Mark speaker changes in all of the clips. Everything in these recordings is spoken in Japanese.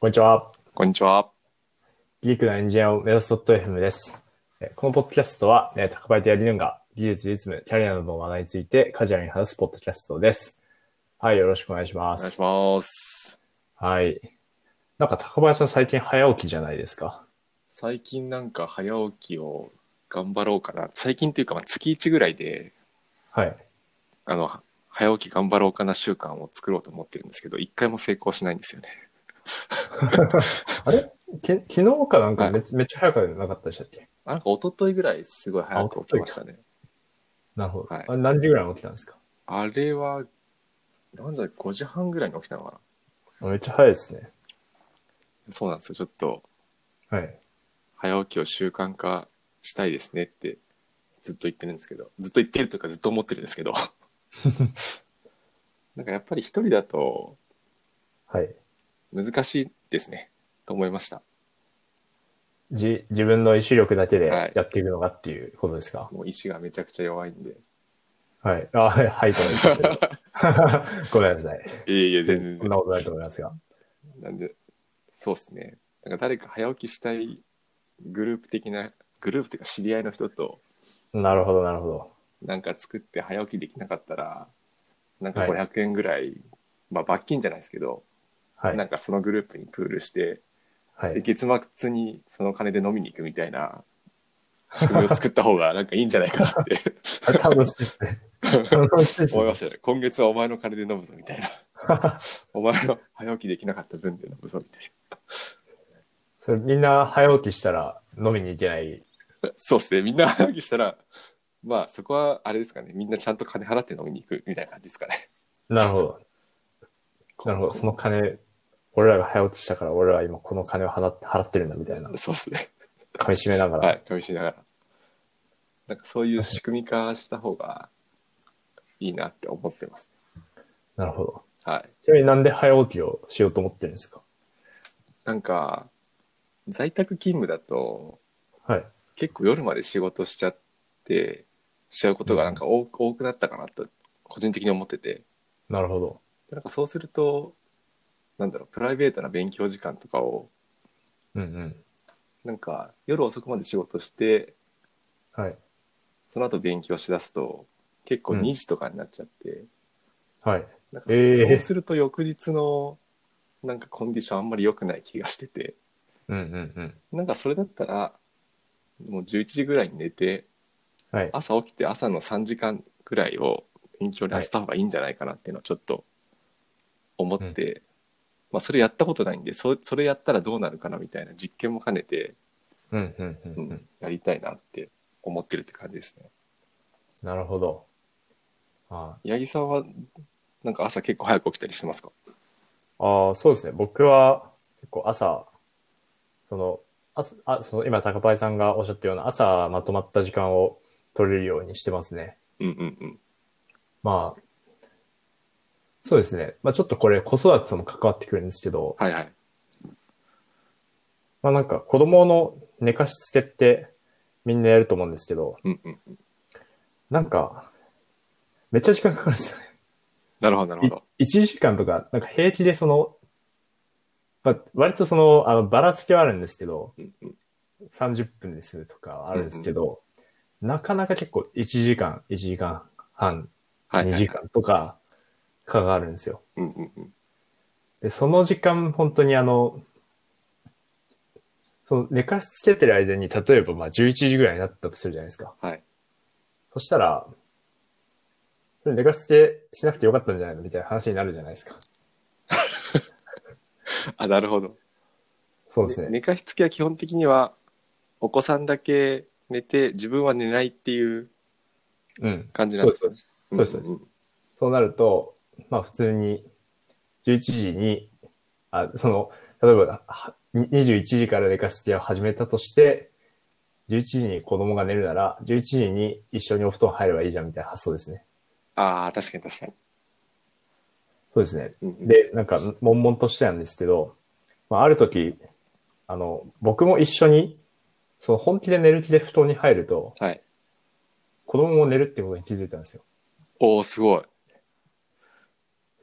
Speaker 1: こんにちは。
Speaker 2: こんにちは。
Speaker 1: ギークなエンジニアを目指す .fm です。えこのポッドキャストは、えー高バイトや理論が技術、実務、キャリアなどの話題についてカジュアルに話すポッドキャストです。はい、よろしくお願いしま
Speaker 2: お願い
Speaker 1: す。
Speaker 2: します。
Speaker 1: はい。なんか高林さん最近早起きじゃないですか。
Speaker 2: 最近なんか早起きを頑張ろうかな。最近というか、まあ、月1ぐらいで、
Speaker 1: はい。
Speaker 2: あの、は早起き頑張ろうかな習慣を作ろうと思ってるんですけど、一回も成功しないんですよね。
Speaker 1: あれけ昨日かなんか
Speaker 2: はい
Speaker 1: めっちゃめっちゃ早くなかったでしたっけ
Speaker 2: なんか一昨日ぐらいすごい早く起きましたね。
Speaker 1: なるほど。
Speaker 2: はい
Speaker 1: あれ何時ぐらいに起きたんですか
Speaker 2: あれは、なんだ、5時半ぐらいに起きたのかな。
Speaker 1: あめっちゃ早いですね。
Speaker 2: そうなんですよ。ちょっと、
Speaker 1: はい。
Speaker 2: 早起きを習慣化したいですねって、ずっと言ってるんですけど、ずっと言ってるというかずっと思ってるんです けど。なんかやっぱり一人だと、
Speaker 1: はい。
Speaker 2: 難しいですねと思いました
Speaker 1: じ、自分の意志力だけ
Speaker 2: はい
Speaker 1: でやっていくのがっていうことですか
Speaker 2: もう意志がめちゃくちゃ弱いんで
Speaker 1: はい。あ、はい、はい、と思いましたけど ごめんなさい。
Speaker 2: いえいえ全
Speaker 1: そん
Speaker 2: 然
Speaker 1: なことないと思いますが。
Speaker 2: なんでそうですねなんか誰か早起きしたいグループ的なグループっていうか知り合いの人と
Speaker 1: なるほど、なるほど。
Speaker 2: なんか作って早起きできなかったらなんか
Speaker 1: はい
Speaker 2: 500円ぐらい、まあ罰金じゃないですけど、
Speaker 1: はい
Speaker 2: な。んかそのグループにプールして
Speaker 1: は
Speaker 2: で
Speaker 1: い。
Speaker 2: 月末にその金で飲みに行くみたいな仕組みを作った方がなんかいいんじゃないかなって
Speaker 1: あ楽しいです ね。楽しいです
Speaker 2: 思いま
Speaker 1: ね。
Speaker 2: したね今月はお前の金で飲むぞみたい な。お前の早起きできなかった分で飲むぞみたい
Speaker 1: それみんな早起きしたら飲みに行けない。
Speaker 2: な。そうですね。みんな早起きしたら、まあそこはあれですかね。みんなちゃんと金払って飲みに行くみたいな感じですかね。
Speaker 1: なるほど。なるほど。その金、俺らが早起きしたから俺らは今この金を払って払ってるんだみたいな。
Speaker 2: そうですね。
Speaker 1: 噛み締めながら。
Speaker 2: はい。かみしながら。なんかそういう仕組み化した方がいいなって思ってます。
Speaker 1: なるほど。
Speaker 2: はい。
Speaker 1: ちなみになんで早起きをしようと思ってるんですか
Speaker 2: なんか、在宅勤務だと
Speaker 1: はい。
Speaker 2: 結構夜まで仕事しちゃって、しちゃうことがなんか多く多くなったかなと個人的に思ってて。
Speaker 1: なるほど。
Speaker 2: でなんかそうすると、なんだろう、プライベートな勉強時間とかを、
Speaker 1: うんうん。
Speaker 2: なんか夜遅くまで仕事して、
Speaker 1: はい。
Speaker 2: その後勉強しだすと、結構
Speaker 1: うん
Speaker 2: 2時とかになっちゃって、
Speaker 1: はい。
Speaker 2: なんかそ
Speaker 1: えー
Speaker 2: そうすると翌日の、なんかコンディションあんまり良くない気がしてて、
Speaker 1: うんうんうん。
Speaker 2: なんかそれだったら、もう11時ぐらいに寝て、
Speaker 1: はい。
Speaker 2: 朝起きて朝の3時間ぐらいを勉強に当てた方がいいんじゃないかなっていうのをちょっと思って、まあそれやったことないんでそそれやったらどうなるかなみたいな実験も兼ねて、
Speaker 1: うんうんうん
Speaker 2: う
Speaker 1: うん
Speaker 2: ん。、やりたいなって思ってるって感じですね
Speaker 1: なるほど。あ
Speaker 2: 八木さんはなんか朝結構早く起きたりしてますか
Speaker 1: ああ、そうですね。僕は結構朝、その、ああその今、高パイさんがおっしゃったような朝まとまった時間を取れるようにしてますね。
Speaker 2: うんうんうん
Speaker 1: まあ、そうですね。まあちょっとこれ子育てとも関わってくるんですけど、
Speaker 2: はいはい
Speaker 1: まあなんか子供の寝かしつけってみんなやると思うんですけど、
Speaker 2: うんうんうん
Speaker 1: なんか、めっちゃ時間かかるんですよね。
Speaker 2: なるほどなるほど
Speaker 1: い1時間とか、なんか平気でその、まあ割とその、あの、ばらつきはあるんですけど、
Speaker 2: うんうん
Speaker 1: 30分でするとかあるんですけど、なかなか結構1時間、1時間半、
Speaker 2: はい
Speaker 1: 2
Speaker 2: はい
Speaker 1: 時間とかかかるんですよ。
Speaker 2: うんうんうん
Speaker 1: で、その時間本当にあの、その寝かしつけてる間に、例えばまあ11時ぐらいになったとするじゃないですか。
Speaker 2: はい
Speaker 1: そしたら、それ寝かしつけしなくてよかったんじゃないのみたいな話になるじゃないですか。
Speaker 2: あなるほど
Speaker 1: そうですね。
Speaker 2: 寝かしつけは基本的にはお子さんだけ寝て自分は寝ないっていう
Speaker 1: うん。
Speaker 2: 感じな
Speaker 1: そ
Speaker 2: ん
Speaker 1: う
Speaker 2: で
Speaker 1: ですす。そうですそうですそうです
Speaker 2: んんん
Speaker 1: そうなると、まあ普通に、11時に、あ、その、例えば、は21時から寝かしつけを始めたとして、11時に子供が寝るなら、11時に一緒にお布団入ればいいじゃんみたいな発想ですね。
Speaker 2: ああ、確かに確かに。
Speaker 1: そうですね。
Speaker 2: うんうん、
Speaker 1: で、なんか、悶々としてたんですけど、まあ、ある時、あの、僕も一緒に、その本気で寝る気で布団に入ると、
Speaker 2: はい。
Speaker 1: 子供も寝るってことに気づいたんですよ。
Speaker 2: おお、すごい。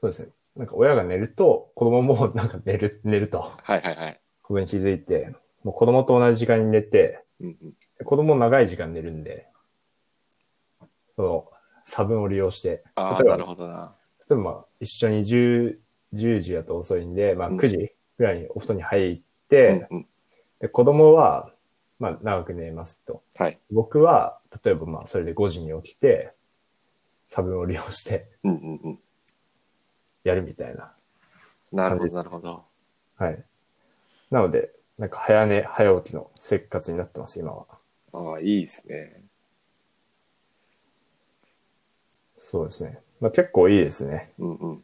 Speaker 1: そうですね。なんか親が寝ると、子供もなんか寝る、寝ると、
Speaker 2: はいはいはい。
Speaker 1: ことに気づいて、もう子供と同じ時間に寝て、
Speaker 2: うんうん。
Speaker 1: 子供長い時間寝るんで、その、差分を利用して、
Speaker 2: ああ、
Speaker 1: 例えば
Speaker 2: なるほどな。
Speaker 1: 例えばまあ一緒に10、10時やと遅いんで、まあ
Speaker 2: うん
Speaker 1: 9時ぐらいにお布団に入っ
Speaker 2: う
Speaker 1: て、
Speaker 2: んうん。
Speaker 1: で、子供は、まあ長く寝ますと。
Speaker 2: はい。
Speaker 1: 僕は、例えばまあそれで5時に起きて、差分を利用して
Speaker 2: うんうんうん。
Speaker 1: やるみたいな。
Speaker 2: なる
Speaker 1: 感
Speaker 2: ほ
Speaker 1: じで
Speaker 2: ど、
Speaker 1: す
Speaker 2: なるほど。
Speaker 1: はい。なので、なんか早寝、早起きの生活になってます、今は。
Speaker 2: ああ、いいですね。
Speaker 1: そうですね。まあ結構いいですね。
Speaker 2: うんうん。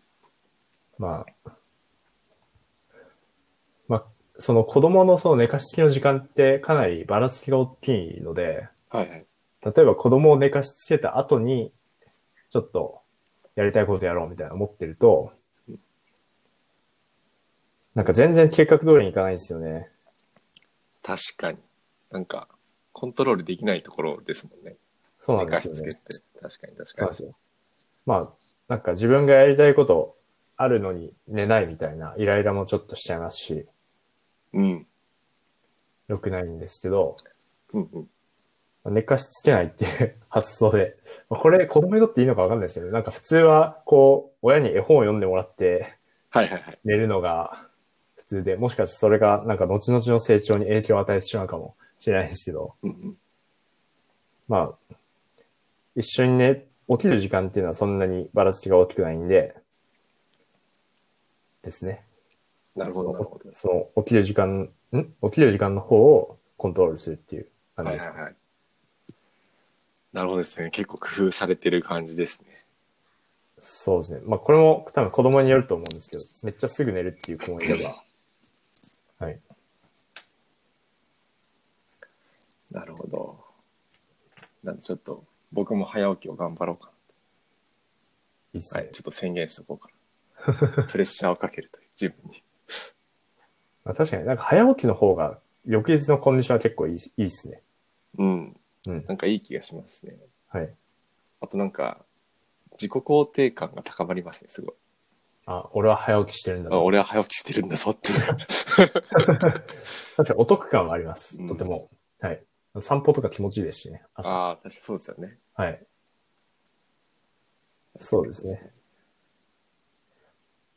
Speaker 1: まあ。まあ、その子供のその寝かしつきの時間ってかなりばらつきが大きいので、
Speaker 2: はいはい。
Speaker 1: 例えば子供を寝かしつけた後に、ちょっとやりたいことやろうみたいな思ってると、なんか全然計画通りにいかないんですよね。
Speaker 2: 確かに。なんか、コントロールできないところですもんね。
Speaker 1: そうな
Speaker 2: 寝
Speaker 1: んで
Speaker 2: か
Speaker 1: す
Speaker 2: し
Speaker 1: よ
Speaker 2: つ
Speaker 1: ね
Speaker 2: けっ。て。確かに確
Speaker 1: そう
Speaker 2: か
Speaker 1: なん
Speaker 2: に
Speaker 1: です。よ。まあ、なんか自分がやりたいことあるのに寝ないみたいなイライラもちょっとしちゃいますし、
Speaker 2: うん。
Speaker 1: 良くないんですけど、
Speaker 2: うんうん。
Speaker 1: 寝かしつけないっていう発想で、まあこれ子供にとっていいのかわかんないですよね。なんか普通は、こう、親に絵本を読んでもらって
Speaker 2: はいはいはい。
Speaker 1: 寝るのが普通で、もしかしてそれがなんか後々の成長に影響を与えてしまうかもしれないですけど、
Speaker 2: うんうん。
Speaker 1: まあ、一緒にね、起きる時間っていうのはそんなにばらつきが大きくないんで、ですね。
Speaker 2: なるほど、なるほど。
Speaker 1: その起きる時間、ん起きる時間の方をコントロールするっていう感じ
Speaker 2: はい
Speaker 1: で
Speaker 2: は
Speaker 1: す。
Speaker 2: いはい。なるほどですね。結構工夫されてる感じですね。
Speaker 1: そうですね。まあこれも多分子供によると思うんですけど、めっちゃすぐ寝るっていう子もいれば。はい。
Speaker 2: なるほど。なんでちょっと、僕も早起きを頑張ろうか
Speaker 1: いいっす
Speaker 2: な。
Speaker 1: ね。
Speaker 2: はい。ちょっと宣言しとこうかな。プレッシャーをかけるという、自分に。
Speaker 1: まあ、確かになんか早起きの方が翌日のコンディションは結構いいしいいっすね。
Speaker 2: うん。
Speaker 1: うん。
Speaker 2: なんかいい気がしますね。
Speaker 1: はい。
Speaker 2: あとなんか、自己肯定感が高まりますね、すごい。
Speaker 1: あ、俺は早起きしてるんだ
Speaker 2: あ
Speaker 1: な。
Speaker 2: 俺は早起きしてるんだ ぞっていう。
Speaker 1: 確かにお得感はあります
Speaker 2: う。ん
Speaker 1: とても。はい。散歩とか気持ちいいですしね。朝。
Speaker 2: ああ、確かにそうですよね。
Speaker 1: はい。そうですね。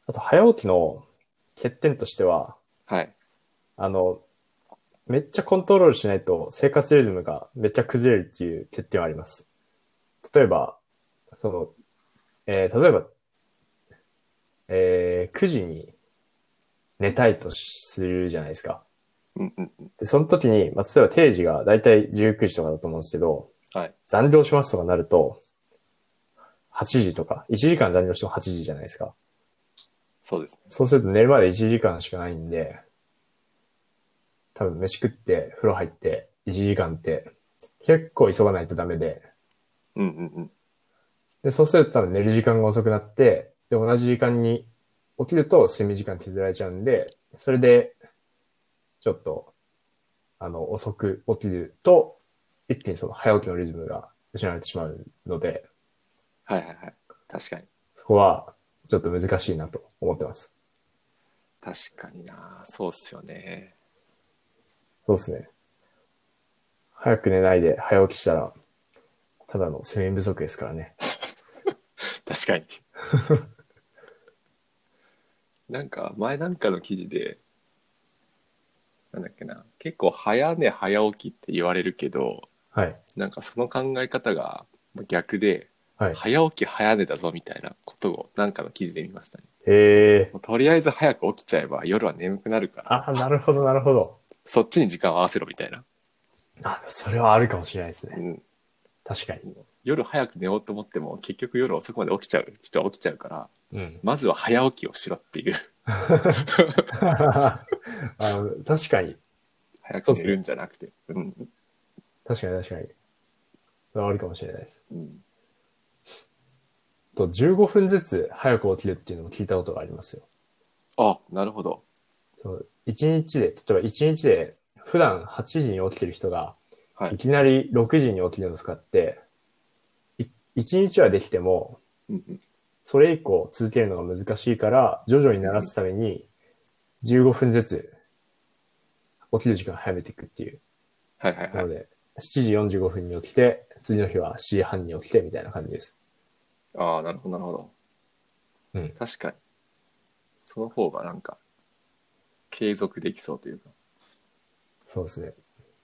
Speaker 1: あと早起きの欠点としては、
Speaker 2: はい。
Speaker 1: あの、めっちゃコントロールしないと生活リズムがめっちゃ崩れるっていう欠点はあります。例えば、その、えー例えば、えー9時に寝たいとするじゃないですか。
Speaker 2: うんうんうん。
Speaker 1: で、その時に、まあ、例えば定時がだいたい19時とかだと思うんですけど、
Speaker 2: はい。
Speaker 1: 残業しますとかなると、8時とか、1時間残業しても8時じゃないですか。
Speaker 2: そうですね。
Speaker 1: そうすると寝るまで1時間しかないんで、多分飯食って、風呂入って、1時間って、結構急がないとダメで、
Speaker 2: うんうんうん。
Speaker 1: で、そうすると多分寝る時間が遅くなって、で、同じ時間に起きると睡眠時間削られちゃうんで、それで、ちょっと、あの、遅く起きると、一気にその早起きのリズムが失われてしまうので、
Speaker 2: はいはいはい。確かに。
Speaker 1: そこは、ちょっと難しいなと思ってます。
Speaker 2: 確かにな。そうっすよね。
Speaker 1: そうですね。早く寝ないで早起きしたら、ただの睡眠不足ですからね。
Speaker 2: 確かに。なんか、前なんかの記事で、なんだっけな。結構早寝早起きって言われるけど、
Speaker 1: はい。
Speaker 2: なんかその考え方が逆で、
Speaker 1: はい。
Speaker 2: 早起き早寝だぞみたいなことをなんかの記事で見ましたね。
Speaker 1: えー。
Speaker 2: もうとりあえず早く起きちゃえば夜は眠くなるから、
Speaker 1: あ、なるほど、なるほど。
Speaker 2: そっちに時間を合わせろみたいな。
Speaker 1: あ、それはあるかもしれないです
Speaker 2: う
Speaker 1: ね。
Speaker 2: ん。
Speaker 1: 確かに。
Speaker 2: 夜早く寝ようと思っても結局夜遅くまで起きちゃう人は起きちゃうから、
Speaker 1: うん。
Speaker 2: まずは早起きをしろっていう。
Speaker 1: あの確かに。
Speaker 2: 早く寝るんじゃなくて。うん。
Speaker 1: 確かに、確かに。それはあるかもしれないです。
Speaker 2: うん。
Speaker 1: と、15分ずつ早く起きるっていうのも聞いたことがありますよ。
Speaker 2: あ、なるほど。
Speaker 1: そう1日で、例えば1日で、普段8時に起きてる人が、
Speaker 2: はいい。
Speaker 1: きなり6時に起きるのとかって、い一日はできても、
Speaker 2: うんうん
Speaker 1: それ以降続けるのが難しいから、徐々に鳴らすために、15分ずつ、起きる時間を早めていくっていう。
Speaker 2: はいはい
Speaker 1: な
Speaker 2: はい
Speaker 1: の。で、7時45分に起きて、次の日は7時半に起きて、みたいな感じです。
Speaker 2: ああ、なるほど、なるほど。
Speaker 1: うん
Speaker 2: 確かに。その方がなんか、継続できそうというか、
Speaker 1: そうですね。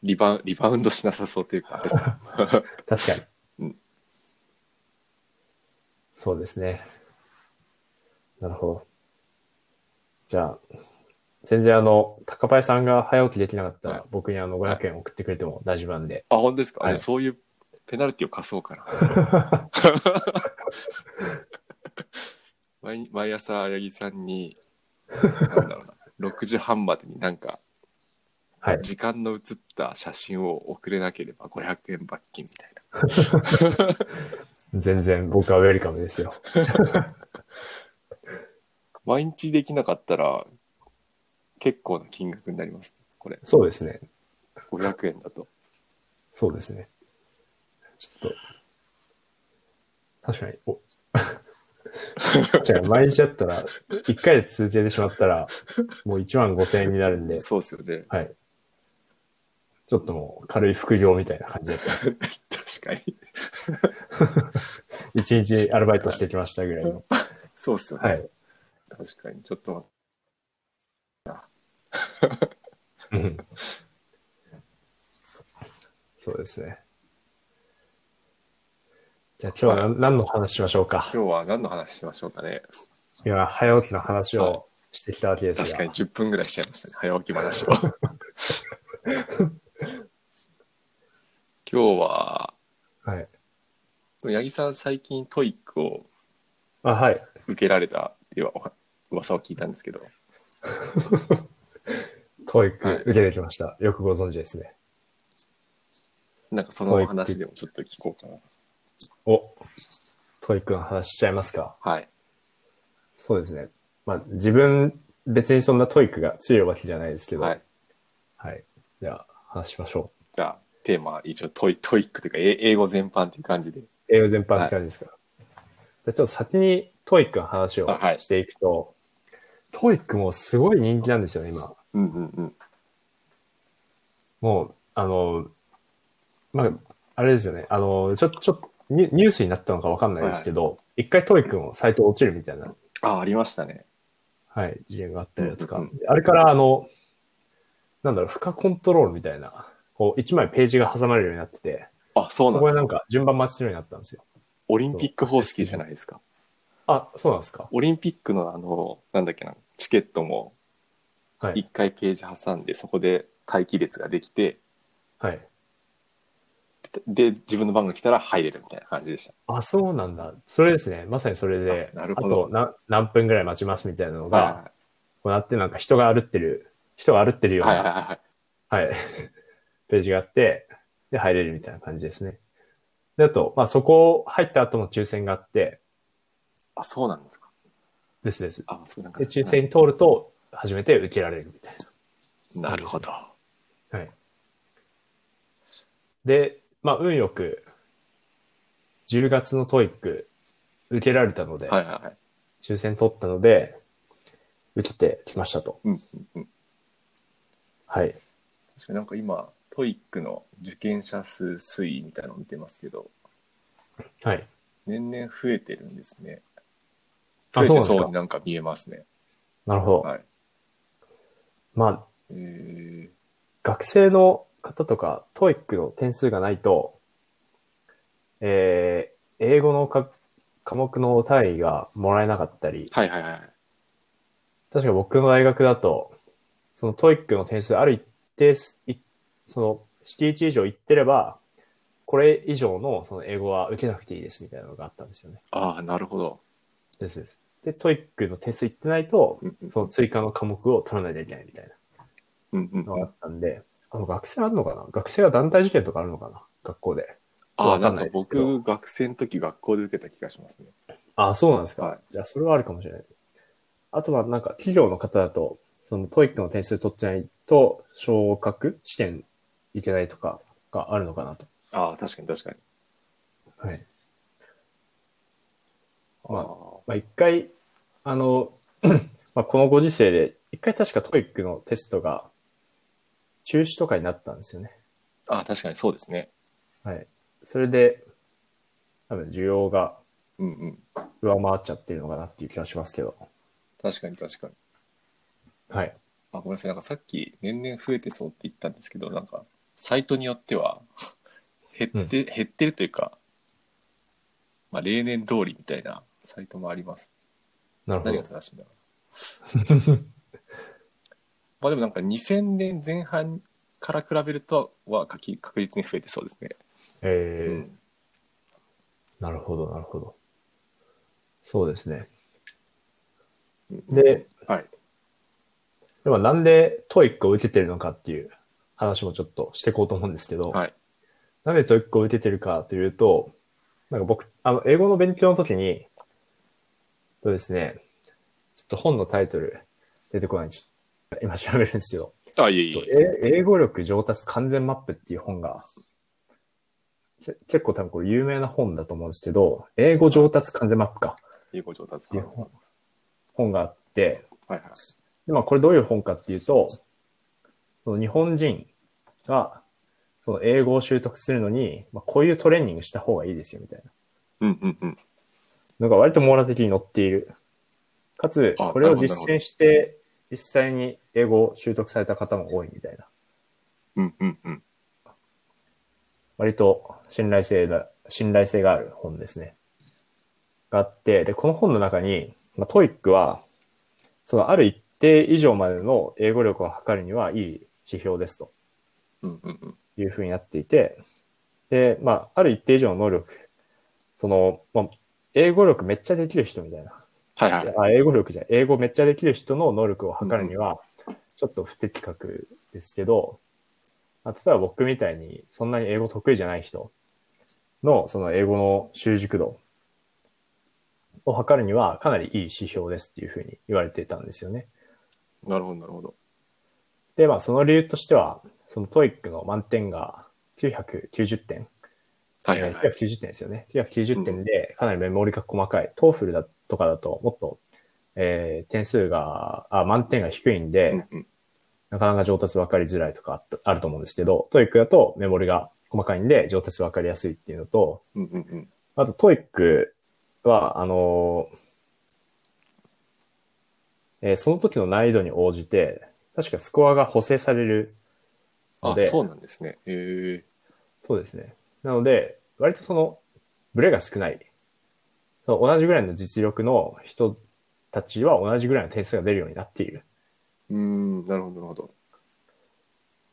Speaker 2: リバウリバウンドしなさそうというか、
Speaker 1: 確かに。
Speaker 2: うん
Speaker 1: そうですね。なるほど。じゃあ、全然あの、高林さんが早起きできなかった
Speaker 2: はい
Speaker 1: ら、僕にあの、500円送ってくれても大丈夫なんで。
Speaker 2: あ、本当ですか、
Speaker 1: はい
Speaker 2: あそういうペナルティを課そうかな。毎毎朝、八木さんに、なんだろうな、6時半までになんか、
Speaker 1: はい。
Speaker 2: 時間の写った写真を送れなければ500円罰金みたいな。
Speaker 1: 全然僕はウェルカムですよ。
Speaker 2: 毎日できなかったら、結構な金額になります、これ。
Speaker 1: そうですね。
Speaker 2: 500円だと。
Speaker 1: そうですね。ちょっと。確かに、お。じゃあ、毎日だったら、1回で続けてしまったら、もう1万5千円になるんで、
Speaker 2: そうですよね。
Speaker 1: はい。ちょっともう軽い副業みたいな感じで、
Speaker 2: 確かに。
Speaker 1: 1日アルバイトしてきましたぐらいの。
Speaker 2: そうですよね。
Speaker 1: はい。
Speaker 2: 確かに。ちょっと待って
Speaker 1: うんそうですね。じゃあ今日は何何の話しましょうか。
Speaker 2: 今日は何の話しましょうかね。
Speaker 1: 今、早起きの話をしてきたわけです
Speaker 2: 確か
Speaker 1: が
Speaker 2: に、10分ぐらいしちゃいましたね。早起き話を。今日は、
Speaker 1: はい。
Speaker 2: 八木さん最近トイックを
Speaker 1: あ、はい。
Speaker 2: 受けられたっていうお噂を聞いたんですけど、
Speaker 1: トイッ
Speaker 2: はい
Speaker 1: ク受けてきました。よくご存知ですね。
Speaker 2: なんかそのお話でもちょっと聞こうかな。
Speaker 1: お、トイックの話しちゃいますか。
Speaker 2: はい。
Speaker 1: そうですね。まあ、自分、別にそんなトイックが強いわけじゃないですけど、
Speaker 2: はい。
Speaker 1: はい。じゃあ、話しましょ
Speaker 2: じゃあ、テーマは一応トイトイックというか、え英語全般っていう感じで。
Speaker 1: う。英語全般って感じですか。じゃあちょっと先にトイックの話を
Speaker 2: あはい
Speaker 1: していくと、トイックもすごい人気なんですよね、今。
Speaker 2: うんうんうん。
Speaker 1: もう、あの、まあ、あれですよね。あの、ちょ、ちょ、ニュニュースになったのかわかんないですけど、一、回トイックのサイト落ちるみたいな、
Speaker 2: あ、ありましたね。
Speaker 1: はい、事件があったりだとか、
Speaker 2: うんうん
Speaker 1: あれからあの、なんだろう、負荷コントロールみたいな、こう、一枚ページが挟まれるようになってて、
Speaker 2: あ、そ
Speaker 1: そ
Speaker 2: うなん
Speaker 1: こで
Speaker 2: で
Speaker 1: すなんか順番待ちするようになったんですよ。
Speaker 2: オリンピック方式じゃないですか。
Speaker 1: あ、そうなんですか
Speaker 2: オリンピックのあの、なんだっけな、チケットも
Speaker 1: はい。
Speaker 2: 一回ページ挟んで、そこで待機列ができて、
Speaker 1: はい。
Speaker 2: で、自分の番が来たら入れるみたいな感じでした。
Speaker 1: あ、そうなんだ。それですね。まさにそれで、
Speaker 2: あなるほど
Speaker 1: あとな何分ぐらい待ちますみたいなのが、
Speaker 2: は
Speaker 1: こうなってなんか人が歩ってる、人が歩ってる
Speaker 2: い
Speaker 1: よう
Speaker 2: はい
Speaker 1: な
Speaker 2: はいはい。
Speaker 1: はい。 ページがあって、で、入れるみたいな感じですね。で、あと、まあ、そこ入った後も抽選があって、
Speaker 2: あ、そうなんですか。
Speaker 1: ですです。
Speaker 2: あ、そうなんか。
Speaker 1: で、抽選に通ると、初めて受けられるみたい
Speaker 2: はいなるほど。
Speaker 1: な。はい。で、まあ、運よく、10月のトイック、受けられたので、
Speaker 2: はいはいはい。
Speaker 1: 抽選取ったので、受けてきましたと。
Speaker 2: うんうんうん。
Speaker 1: はい。
Speaker 2: 確かになんか今、トイックの受験者数推移みたいなの見てますけど、
Speaker 1: はい。
Speaker 2: 年々増えてるんですね。増
Speaker 1: あ、
Speaker 2: え
Speaker 1: そうなん
Speaker 2: て
Speaker 1: です
Speaker 2: そう
Speaker 1: か
Speaker 2: に。なんか見えますね。
Speaker 1: なるほど。
Speaker 2: はい。
Speaker 1: まあ、
Speaker 2: えー、
Speaker 1: 学生の方とか、トイックの点数がないと、えー、英語のか科目の単位がもらえなかったり、
Speaker 2: はいはいはい。
Speaker 1: 確か僕の大学だと、そのトイックの点数ある一定す、いその、式1以上いってれば、これ以上のその英語は受けなくていいですみたいなのがあったんですよね。
Speaker 2: ああ、なるほど。
Speaker 1: ですです。で、トイックの点数いってないと
Speaker 2: う、んうん
Speaker 1: その追加の科目を取らないといけないみたい
Speaker 2: うんうん
Speaker 1: なのがあったんで、あの学生あるのかな学生が団体受験とかあるのかな学校で。
Speaker 2: ああ、
Speaker 1: わ
Speaker 2: な
Speaker 1: かん
Speaker 2: ん
Speaker 1: な
Speaker 2: か
Speaker 1: いですけど
Speaker 2: 僕、学生の時学校で受けた気がしますね。
Speaker 1: あ、そうなんですか。
Speaker 2: はい。
Speaker 1: じゃあ、それはあるかもしれない。あとは、なんか、企業の方だと、その、トイックの点数取ってないと、昇格試験いけないとかがあるのかなと。
Speaker 2: ああ、確かに確かに。
Speaker 1: はい。
Speaker 2: あ
Speaker 1: まあ
Speaker 2: あ
Speaker 1: まあ、一回、あの、 まあ、このご時世で、一回確かトイックのテストが中止とかになったんですよね。
Speaker 2: あ、確かにそうですね。
Speaker 1: はい。それで、多分需要が
Speaker 2: うんうん。
Speaker 1: 上回っちゃってるのかなっていう気がしますけど。
Speaker 2: 確かに確かに。
Speaker 1: はい。
Speaker 2: あ、ごめんなさい。なんかさっき、年々増えてそうって言ったんですけど、なんか、サイトによっては、 減って、減ってるというか、まあ、例年通りみたいなサイトもあります。
Speaker 1: なるほ
Speaker 2: 何が
Speaker 1: ど。
Speaker 2: 正しいんだろう。 まあでもなんか2000年前半から比べるとは確実確実に増えてそうですね。
Speaker 1: え
Speaker 2: う
Speaker 1: ー
Speaker 2: ん
Speaker 1: なるほど、なるほど。そうですね。
Speaker 2: うん
Speaker 1: で、
Speaker 2: はい。
Speaker 1: でもなんでトイックを受けてるのかっていう話もちょっとしていこうと思うんですけど、
Speaker 2: はい。
Speaker 1: なんでトイックを受けてるかというと、なんか僕、あの、英語の勉強の時に、そうですね、ちょっと本のタイトル出てこないんで、ちょっと今調べるんですけど、
Speaker 2: あ、いえいえ。
Speaker 1: え英語力上達完全マップっていう本が、け結構多分これ有名な本だと思うんですけど、英語上達完全マップか
Speaker 2: 英語上達
Speaker 1: って
Speaker 2: か。
Speaker 1: いう
Speaker 2: はい
Speaker 1: 本本があって、
Speaker 2: はい。
Speaker 1: で、まあ、これどういう本かっていうと、その日本人が、その英語を習得するのに、まあ、こういうトレーニングした方がいいですよ、みたいな
Speaker 2: うんうんうん。
Speaker 1: のが割と網羅的に載っている。かつ、
Speaker 2: あ
Speaker 1: これを
Speaker 2: なるほどな
Speaker 1: 実
Speaker 2: る
Speaker 1: 践して、実際に英語を習得された方も多いみたいな。
Speaker 2: うんうんうん。
Speaker 1: 割と信頼性だ、信頼性がある本ですね。があって、で、この本の中に、まあ、トイックは、そのある一定以上までの英語力を測るにはいい指標ですと。
Speaker 2: うんうんうん。
Speaker 1: いうふうになっていて、で、まあ、ある一定以上の能力、その、まあ、英語力めっちゃできる人みたいな。
Speaker 2: はいはい。
Speaker 1: あ英語力じゃない英語めっちゃできる人の能力を測るには、ちょっと不適格ですけど、まあ、例えば僕みたいに、そんなに英語得意じゃない人の、その英語の習熟度を測るには、かなりいい指標ですっていうふうに言われてたんですよね。
Speaker 2: なるほどなるほど。
Speaker 1: で、まあ、その理由としては、そのトイックの満点が990点。
Speaker 2: はいはいはい。
Speaker 1: 990点ですよね。990点で、かなりメモリが細かい。トーフルだとかだと、もっと、えー、点数が、あ、満点が低いんで、
Speaker 2: うんうん。
Speaker 1: なかなか上達分かりづらいとかあったあると思うんですけど、トイックだとメモリが細かいんで、上達分かりやすいっていうのと、
Speaker 2: うんうんうん。
Speaker 1: あとトイックは、あのーえーその時の難易度に応じて、確かスコアが補正されるの
Speaker 2: あ
Speaker 1: で、、
Speaker 2: そうなんですね。へえ。
Speaker 1: そうですね。なので、割とその、ブレが少ない。その同じぐらいの実力の人たちは同じぐらいの点数が出るようになっている。
Speaker 2: うーん、なるほどなるほど。
Speaker 1: っ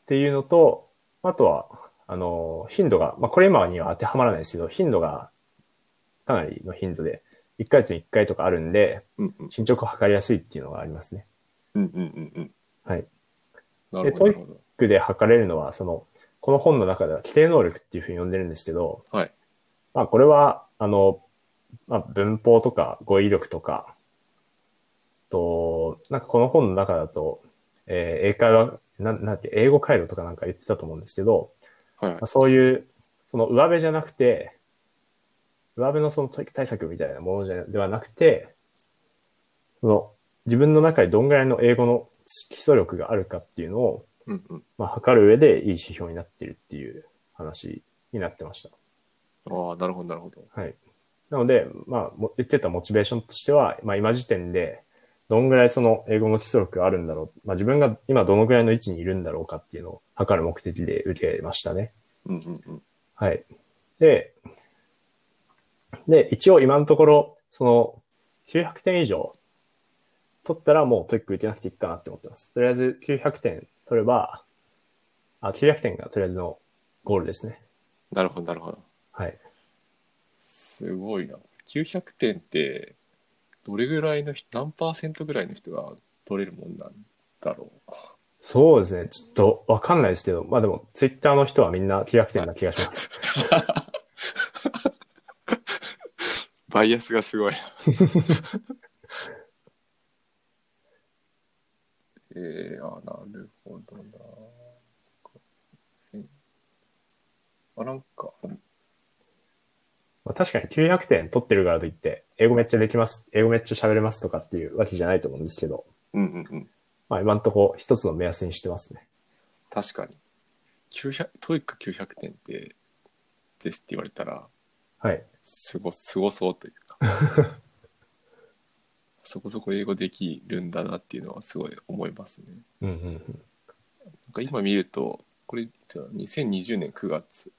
Speaker 1: ていうのと、あとは、あの、頻度が、まあ、これ今には当てはまらないですけど、頻度がかなりの頻度で、1ヶ月に1回とかあるんで、
Speaker 2: うんうん。
Speaker 1: 進捗を測りやすいっていうのがありますね。
Speaker 2: うんうんうんうん。
Speaker 1: はい。
Speaker 2: なるほどなるほど。
Speaker 1: ブックで測れるのは、その、この本の中では規定能力っていうふうに呼んでるんですけど、
Speaker 2: はい。
Speaker 1: まあ、これは、あの、まあ、文法とか語彙力とか、と、なんかこの本の中だと、えー英会話、なん、なんて、英語回路とかなんか言ってたと思うんですけど、
Speaker 2: はいはい
Speaker 1: まあ、。そういう、その上辺じゃなくて、上辺のその対策みたいなものじゃではなくて、その、自分の中にどんぐらいの英語の基礎力があるかっていうのを、
Speaker 2: うんうん。
Speaker 1: まあ、測る上でいい指標になってるっていう話になってました。
Speaker 2: ああ、なるほどなるほど。
Speaker 1: はい。なので、まあ、も言ってたモチベーションとしては、まあ、今時点で、どんぐらいその英語の基礎力があるんだろう。まあ、自分が今どのぐらいの位置にいるんだろうかっていうのを測る目的で受けましたね。
Speaker 2: うんうんうん。
Speaker 1: はい。で、で、一応今のところ、その、900点以上取ったらもうトイック受けなくていいかなって思ってます。とりあえず900点取れば、あ、900点がとりあえずのゴールですね。
Speaker 2: なるほどなるほど。
Speaker 1: はい。
Speaker 2: すごいな。900点って、どれぐらいの人、何パーセントぐらいの人が取れるもんなんだろう。
Speaker 1: そうですね。ちょっとわかんないですけど、まあでも、ツイッターの人はみんな900点な気がします。
Speaker 2: バイアスがすごいな。 えー、あ、なるほどな。そっかあ、なんか、
Speaker 1: まあ、確かに900点取ってるからといって、英語めっちゃできます、英語めっちゃ喋れますとかっていうわけじゃないと思うんですけど、
Speaker 2: うんうんうん。
Speaker 1: まあ今んとこ一つの目安にしてますね。
Speaker 2: 確かに。900、トイック900点って、ですって言われたら、
Speaker 1: はい。
Speaker 2: すご、すごそうという か。そこそこ英語できるんだなっていうのはすごい思いますね。
Speaker 1: うんうんうん。
Speaker 2: なんか今見ると、これ、2020年9月。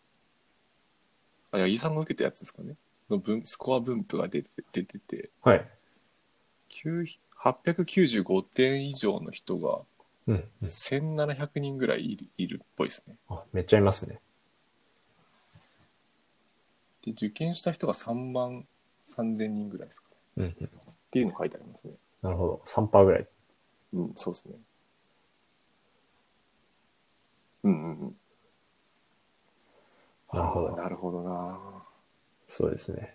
Speaker 2: あ、八木さんが受けたやつですかね。の分、スコア分布が出て出てて、
Speaker 1: はい。
Speaker 2: 9 895点以上の人が
Speaker 1: うんうん、
Speaker 2: 1700人ぐらいいるいるっぽいですね。
Speaker 1: あめっちゃいますね。
Speaker 2: で、受験した人が3万3000人ぐらいですかね。
Speaker 1: うんうん。
Speaker 2: っていうの書いてありますね。
Speaker 1: なるほど。3%ぐらい。
Speaker 2: うん、そうですね。うんうんうん。
Speaker 1: なるほど
Speaker 2: あーなるほどな。
Speaker 1: そうですね。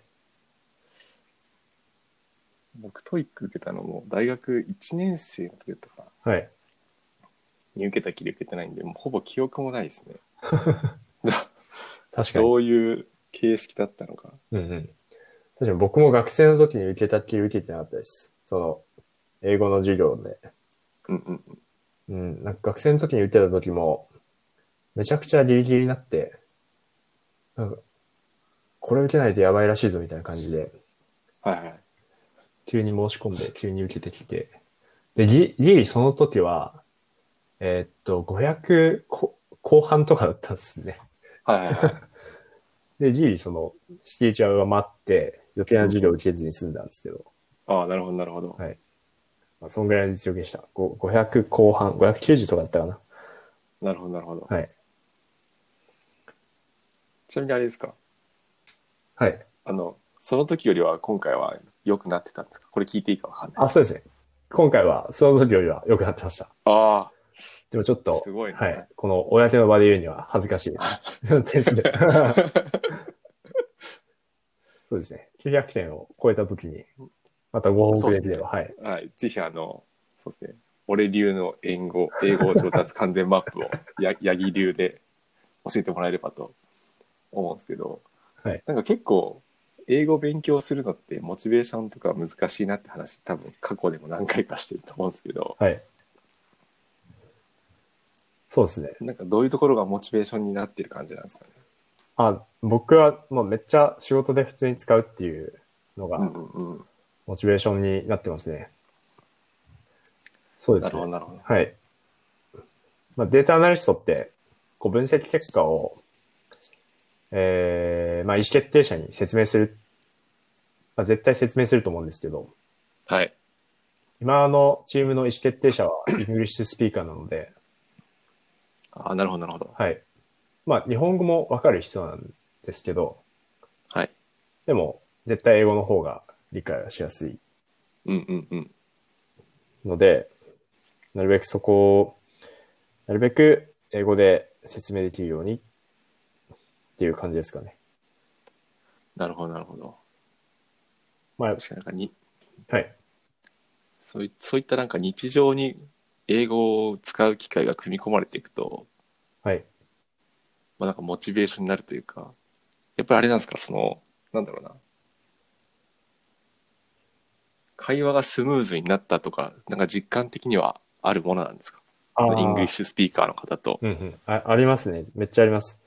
Speaker 2: 僕、トイック受けたのも、大学1年生の時だったかな。
Speaker 1: はい。
Speaker 2: に受けたきり受けてないんで、もうほぼ記憶もないですね。
Speaker 1: 確かに。
Speaker 2: どういう形式だったのか。
Speaker 1: うんうん。確かに僕も学生の時に受けたっきり受けてなかったです。その、英語の授業で。
Speaker 2: うんうんうん。
Speaker 1: うん、なんか学生の時に受けた時も、めちゃくちゃギリギリになって、なんか、これ受けないとやばいらしいぞみたいな感じで、
Speaker 2: はいはい。
Speaker 1: 急に申し込んで、急に受けてきて。で、ギギリその時は、えーっと、500こ後半とかだったんですね。
Speaker 2: はいはい はい。
Speaker 1: で、ギリその、敷地は上回って、余計な授業を受けずに済んだんですけど、
Speaker 2: ああ、なるほどなるほど。
Speaker 1: はい。まあ、そんぐらいの実力でした。ご500後半、590とかだったかな。
Speaker 2: なるほどなるほど。
Speaker 1: はい。
Speaker 2: ちなみにあれですか
Speaker 1: はい。
Speaker 2: あの、その時よりは今回は良くなってたんですかこれ聞いていいかわかんない
Speaker 1: あ、
Speaker 2: です。
Speaker 1: そうですね。今回は、その時よりは良くなってました。
Speaker 2: あ
Speaker 1: でもちょっと、
Speaker 2: すごいね
Speaker 1: はい。この、公の場で言うには恥ずか しい です。
Speaker 2: あ
Speaker 1: そうですね。900点を超えた時に、またご報告できれば、はい。
Speaker 2: はい。ぜひあの、そうですね。俺流の英語、英語上達完全マップを、 や、ヤギ流で教えてもらえればと思うんですけど、
Speaker 1: はい
Speaker 2: なんか結構、英語勉強するのってモチベーションとか難しいなって話、多分過去でも何回かしてると思うんですけど、
Speaker 1: はい。そうですね。
Speaker 2: なんかどういうところがモチベーションになってる感じなんですかね。
Speaker 1: あ、僕は、まあ、めっちゃ仕事で普通に使うっていうの
Speaker 2: うん
Speaker 1: が、
Speaker 2: うんうん。
Speaker 1: モチベーションになってますね。そうで
Speaker 2: な
Speaker 1: す
Speaker 2: るほ
Speaker 1: ね。
Speaker 2: ど、なるほど。
Speaker 1: はい。まあ、データアナリストって、こう分析結果を、えー、まあ、意思決定者に説明する。まあ、絶対説明すると思うんですけど、
Speaker 2: はい。
Speaker 1: 今のチームの意思決定者はイングリッシュスピーカーなので、
Speaker 2: ああ、なるほど、なるほど。
Speaker 1: はい。まあ、日本語もわかる人なんですけど、
Speaker 2: はい。
Speaker 1: でも、絶対英語の方が理解はしやすい
Speaker 2: うんうんうん。
Speaker 1: ので、なるべくそこを、なるべく英語で説明できるようにっていう感じですかね。
Speaker 2: なるほど、なるほど。
Speaker 1: まあ、
Speaker 2: 確かになんかに、
Speaker 1: はい。
Speaker 2: そういそういったなんか日常に英語を使う機会が組み込まれていくと、
Speaker 1: はい。
Speaker 2: まあ、なんかモチベーションになるというか、やっぱりあれなんですか、その、なんだろうな。会話がスムーズになったとか、なんか実感的にはあるものなんですか
Speaker 1: あー
Speaker 2: イングリッシュスピーカーの方と。
Speaker 1: うんうんあ。ありますね。めっちゃあります。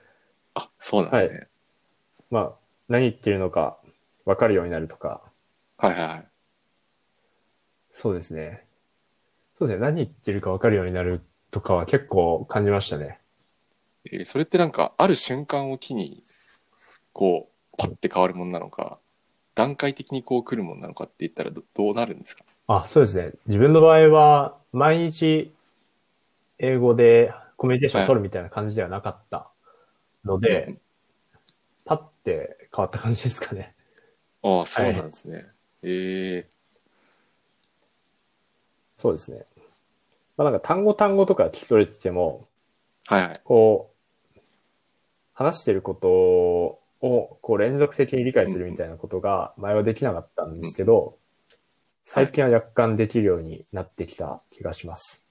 Speaker 2: あ、そうなんですね。
Speaker 1: まあ、何言ってるのか分かるようになるとか、
Speaker 2: はい、はい、はい。
Speaker 1: そうですね。そうですね。何言ってるか分かるようになるとかは結構感じましたね。
Speaker 2: えーそれってなんか、ある瞬間を機に、こう、パッて変わるものなのか、段階的にこう来るものなのかって言ったらどどうなるんですか
Speaker 1: あ、そうですね。自分の場合は、毎日英語でコミュニケーションを取るみたいな感じではなかったので、
Speaker 2: うん
Speaker 1: パッて変わった感じですかね。
Speaker 2: ああ、そうなんですね。え
Speaker 1: そうですね。まあなんか単語単語とか聞き取れてても、
Speaker 2: えはいはい。
Speaker 1: こう、話してることをこう連続的に理解するみたいなことが前はできなかったんですけど、最近は若干できるようになってきた気がします。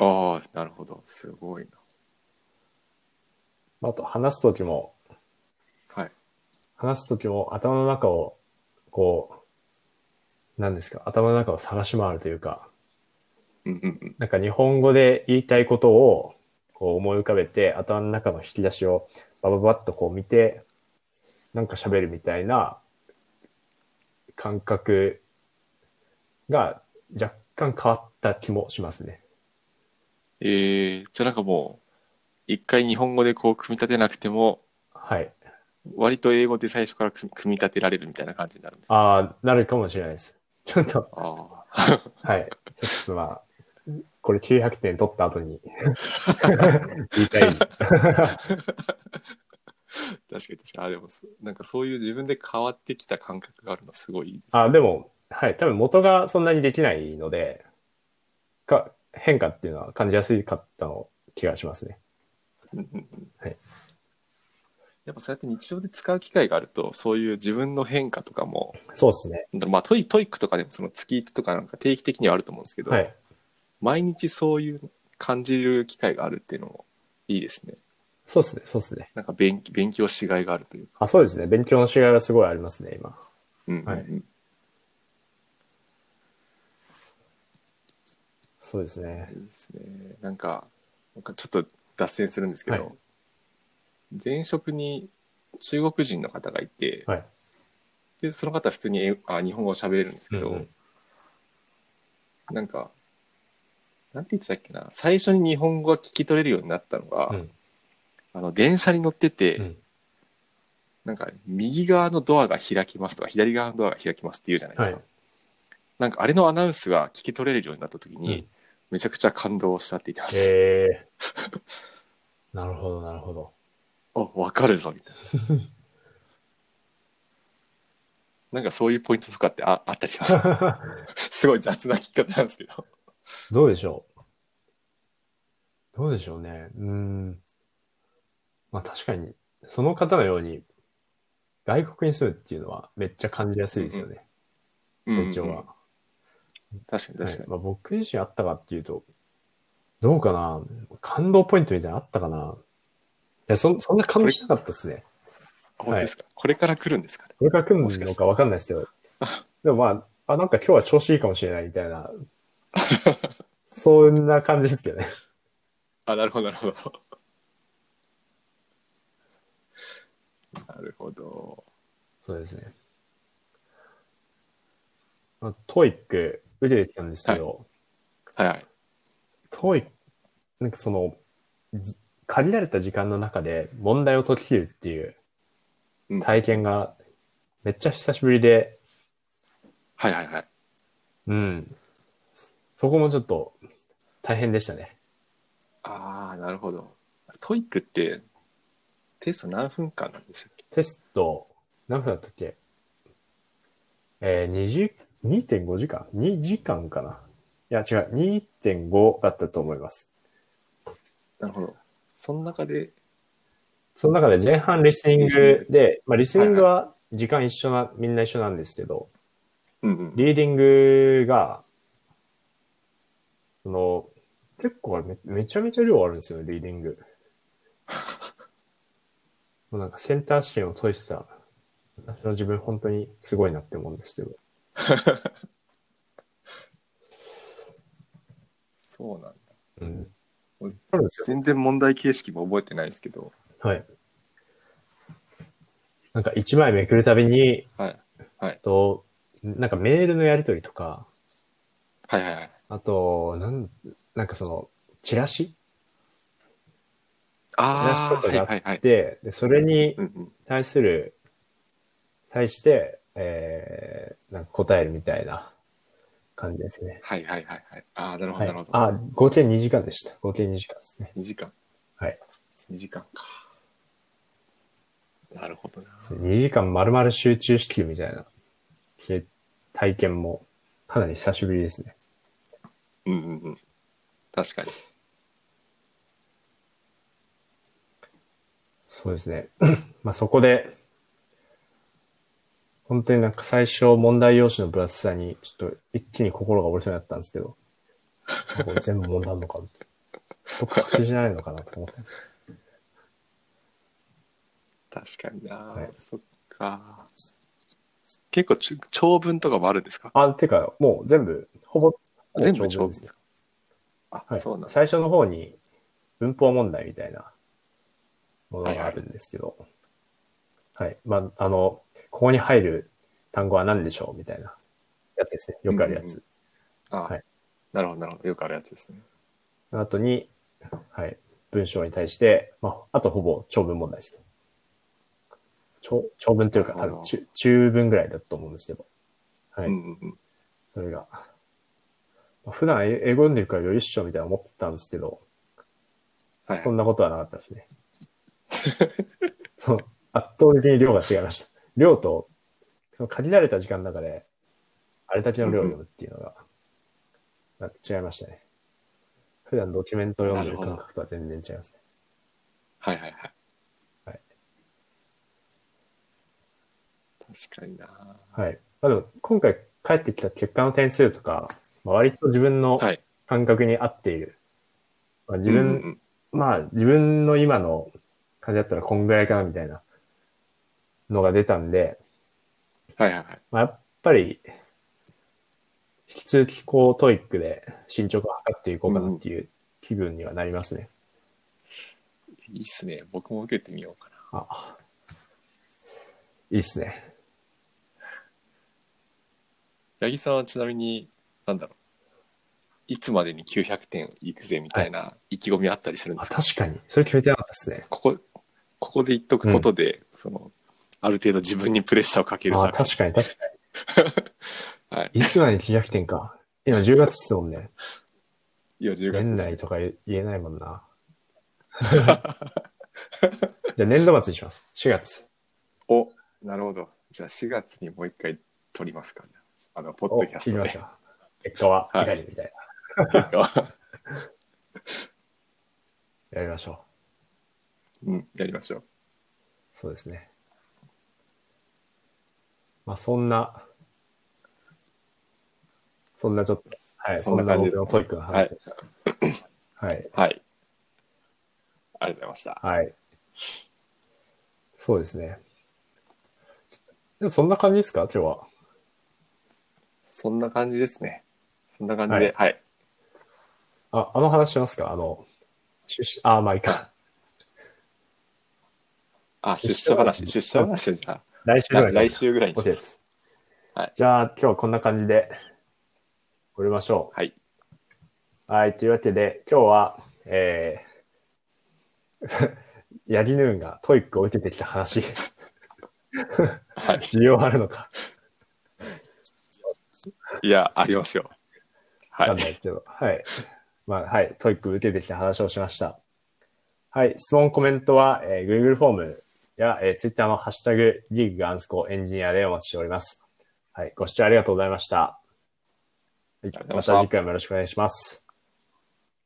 Speaker 2: ああ、なるほど。すごいな。
Speaker 1: まああと話すときも、
Speaker 2: はい。
Speaker 1: 話すときも頭の中をこう、何ですか、頭の中を探し回るというか、
Speaker 2: うんうんうん。
Speaker 1: なんか日本語で言いたいことをこう思い浮かべて、頭の中の引き出しをバババッとこう見て、なんか喋るみたいな感覚が若干変わった気もしますね。
Speaker 2: えー、じゃあなんかもう、一回日本語でこう組み立てなくても、
Speaker 1: はい。
Speaker 2: 割と英語で最初から組み組み立てられるみたいな感じになるんですか
Speaker 1: ああ、なるかもしれないです。ちょっと、
Speaker 2: ああ。
Speaker 1: はい。ちょっとまあ、これ900点取った後に言いたい。
Speaker 2: 確かに確かに。あ、でもそ、なんかそういう自分で変わってきた感覚があるのすごいいいです。
Speaker 1: あ、でも、はい、多分元がそんなにできないので、か、変化っていうのは感じやすかったの気がしますね。
Speaker 2: うんうんうん
Speaker 1: はい
Speaker 2: やっぱそうやって日常で使う機会があると、そういう自分の変化とかも、
Speaker 1: そうですね。
Speaker 2: まあトイトイックとかでもその月1とかなんか定期的にはあると思うんですけど、
Speaker 1: はい。
Speaker 2: 毎日そういう感じる機会があるっていうのもいいですね。
Speaker 1: そうですね、そうですね。
Speaker 2: なんか勉勉強しがいがあるというか。
Speaker 1: あ、そうですね。勉強の違いはすごいありますね、今。
Speaker 2: うんうんうん
Speaker 1: はいそうですね
Speaker 2: い。いですね。なんか、なんかちょっと脱線するんですけど、
Speaker 1: はい
Speaker 2: 前職に中国人の方がいて、
Speaker 1: はい
Speaker 2: でその方は普通に英あ日本語を喋れるんですけど、
Speaker 1: うんうん
Speaker 2: なんか、なんて言ってたっけな、最初に日本語が聞き取れるようになったのが、
Speaker 1: うん
Speaker 2: あの電車に乗ってて、
Speaker 1: うん
Speaker 2: なんか右側のドアが開きますとか、左側のドアが開きますって言うじゃないですか。
Speaker 1: はい
Speaker 2: なんかあれのアナウンスが聞き取れるようになった時に、
Speaker 1: うん
Speaker 2: めちゃくちゃ感動したって言ってました。
Speaker 1: え えー。 なるほど、なるほど。
Speaker 2: あ、わかるぞ、みたいな。なんかそういうポイントとかってああったり します。すごい雑な聞き方なんですけど。
Speaker 1: どうでしょうどうでしょうね。うーん。まあ確かに、その方のように、外国に住むっていうのはめっちゃ感じやすいですよね、成長
Speaker 2: うんう
Speaker 1: は
Speaker 2: ん。確かに確か
Speaker 1: はい
Speaker 2: に。
Speaker 1: まあ、僕自身あったかっていうと、どうかな感動ポイントみたいなのあったかないや、そんそんな感動しなかったですね。
Speaker 2: あ本当ですか、これから来るんですかね。
Speaker 1: これから来る
Speaker 2: もしか
Speaker 1: の
Speaker 2: し
Speaker 1: かわかんないです けど。でもまあ、あ、なんか今日は調子いいかもしれないみたいな。そんな感じですけどね。
Speaker 2: あ、なるほど、なるほど。 なるほど。
Speaker 1: そうですね。まあ、トイック、腕出てたんですけど、
Speaker 2: はいはい。
Speaker 1: トイック、なんかその、じ限られた時間の中で問題を解き切るっていう
Speaker 2: うん
Speaker 1: 体験がめっちゃ久しぶりで、
Speaker 2: はいはいはい。
Speaker 1: うん。そこもちょっと大変でしたね。
Speaker 2: ああ、なるほど。トイックって、テスト何分間なんでしたっけ
Speaker 1: テスト、何分だったっけえー、20 2.5時間 ?2 時間かないや、違う。2.5だったと思います。
Speaker 2: なるほど。その中で、
Speaker 1: その中で前半リスニングで、まあリスニングは時間一緒な、みんな一緒なんですけど、
Speaker 2: うんうん。
Speaker 1: リーディングが、その、結構あれめめちゃめちゃ量あるんですよね、リーディン グ。もうなんかセンター試験を解いてた、私の自分本当にすごいなって思うんですけど。
Speaker 2: そうなんだ。
Speaker 1: うん
Speaker 2: うん。
Speaker 1: あるんですよ。
Speaker 2: 全然問題形式も覚えてないですけど、
Speaker 1: はい。なんか一枚めくるたびに、
Speaker 2: はい。
Speaker 1: と、なんかメールのやりとりとか、
Speaker 2: はいはいはい。
Speaker 1: あと、なん、なんかその、チラシ
Speaker 2: ああ、
Speaker 1: そ
Speaker 2: は
Speaker 1: れ
Speaker 2: い
Speaker 1: は一言だ
Speaker 2: はいはい。
Speaker 1: で、でそれに
Speaker 2: うんうん。
Speaker 1: 対する、対して、えー、なんか答えるみたいな感じですね。
Speaker 2: はいはいはいはい。ああ、なるほ
Speaker 1: は
Speaker 2: ど
Speaker 1: い
Speaker 2: なるほ。ど。
Speaker 1: あ、合計2時間でした。合計2時間ですね。
Speaker 2: 2時間。
Speaker 1: はい。
Speaker 2: 2時間か。なるほどな。
Speaker 1: 2時間丸々集中しきるみたいなけ体験もかなり久しぶりですね。
Speaker 2: うんうんうん。確かに。
Speaker 1: そうですね。 まあそこで、本当になんか最初問題用紙の分厚さにちょっと一気に心が折れそうになったんですけど、 これ全部問題あんのかなって。どっか確認じゃないのかなと思ったんですけど
Speaker 2: 確かにな。
Speaker 1: はい
Speaker 2: そっか。結構ち長文とかもあるんですか
Speaker 1: あ、てか、もう全部、ほぼ、
Speaker 2: 全部長文です
Speaker 1: す
Speaker 2: かあ、
Speaker 1: はい、
Speaker 2: そうなんだ。
Speaker 1: 最初の方に文法問題みたいなものがあるんですけど、はい、まあ、あの、ここに入る単語は何でしょうみたいなやつですね。よくあるや
Speaker 2: うんうん
Speaker 1: つ。
Speaker 2: あ、
Speaker 1: はい
Speaker 2: なるほど、なるほど。よくあるやつですね。
Speaker 1: その後に、はい、文章に対して、まあ、あとほぼ長文問題ですね。長長文というか、
Speaker 2: な
Speaker 1: 多
Speaker 2: るほど
Speaker 1: 分中中文ぐらいだと思うんですけど、はい、
Speaker 2: うんうんうん。
Speaker 1: それが。まあ普段英英語読んでるからより一緒みたいな思ってたんですけど、
Speaker 2: はい
Speaker 1: そんなことはなかったですね。そう圧倒的に量が違いました。量と、その限られた時間の中で、あれだけの量を読むっていうのが、なんか違いましたね。普段ドキュメントを読んでる
Speaker 2: なるほど
Speaker 1: 感覚とは全然違いますね。
Speaker 2: はいはいはい。
Speaker 1: はい
Speaker 2: 確かにな。
Speaker 1: はい。まあでも、今回帰ってきた結果の点数とか、まあ、割と自分の
Speaker 2: はい。
Speaker 1: 感覚に合っている。まあ、自
Speaker 2: うん
Speaker 1: 分
Speaker 2: うん
Speaker 1: まあ、自分の今の感じだったらこんぐらいかなみたいなのが出たんで、
Speaker 2: はいはいはい。
Speaker 1: まあ、やっぱり、引き続きこうトイックで進捗を測っていこうかなっていう気分にはなりますね。
Speaker 2: いいっすね。僕も受けてみようかな。
Speaker 1: あいいっすね。
Speaker 2: 八木さんはちなみに、なんだろう。いつまでに900点いくぜみたいな意気込みあったりするんで
Speaker 1: あ、
Speaker 2: すか、
Speaker 1: 確かに。それ決めてなかったっすね。
Speaker 2: ここ、ここで言っとくことで、その、ある程度自分にプレッシャーをかける
Speaker 1: あ、
Speaker 2: 作
Speaker 1: 確か
Speaker 2: 戦
Speaker 1: に確か
Speaker 2: に。 はい。
Speaker 1: に。いつまでに900点か。今10月っすもんね。
Speaker 2: いや、10月
Speaker 1: 年
Speaker 2: ですね
Speaker 1: 内とか言えないもん な。じゃあ年度末にします。4月。
Speaker 2: お、なるほど。じゃあ4月にもう一回撮りますか。じゃああの、ポッ
Speaker 1: お、
Speaker 2: ド
Speaker 1: い
Speaker 2: キ
Speaker 1: き
Speaker 2: ャ
Speaker 1: ま
Speaker 2: スト
Speaker 1: すか。結果は、いかにみたいな。
Speaker 2: で。
Speaker 1: やりましょう。
Speaker 2: うん、やりましょう。
Speaker 1: そうですね。まあそんな、そんなちょっと、はい、
Speaker 2: そ
Speaker 1: そ
Speaker 2: んなん
Speaker 1: な
Speaker 2: 感
Speaker 1: 僕
Speaker 2: じです
Speaker 1: のトイックの話でした。はい、
Speaker 2: はい。ありがとうございました。
Speaker 1: はい。そうですね。でもそんな感じですか今日は。
Speaker 2: そんな感じですね。そんな感じで、はい。
Speaker 1: あ、あの話しますかあの、出資、あ、まあいいか。
Speaker 2: あ、出
Speaker 1: 出
Speaker 2: 社
Speaker 1: 社
Speaker 2: 話、
Speaker 1: 話
Speaker 2: 出社話をじゃあ、
Speaker 1: 来週ぐらい
Speaker 2: 来
Speaker 1: に
Speaker 2: 来
Speaker 1: し
Speaker 2: 週ぐらいに
Speaker 1: ます。OK で
Speaker 2: しま。
Speaker 1: すす。
Speaker 2: はい
Speaker 1: じゃあ今日はこんな感じで、終わりましょう。
Speaker 2: はい。
Speaker 1: はい、というわけで、今日は、えー、 ヤギヌーンがトイックを受けてきた話、
Speaker 2: はい。
Speaker 1: 需要あるのか、
Speaker 2: いや、ありますよ。は
Speaker 1: わかんない
Speaker 2: い。
Speaker 1: ですけど、はい、まあ、はい、トイックを受けてきた話をしました。はい、質問、コメントは、えー Google フォームや、えー Twitter のハッシュタグ、リーグアンスコエンジニアでお待ちしております。はい、ご視聴ありがとうございました。はい
Speaker 2: がとうございま
Speaker 1: ま
Speaker 2: した
Speaker 1: た次回もよろしくお願いします。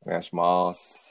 Speaker 2: お願いします。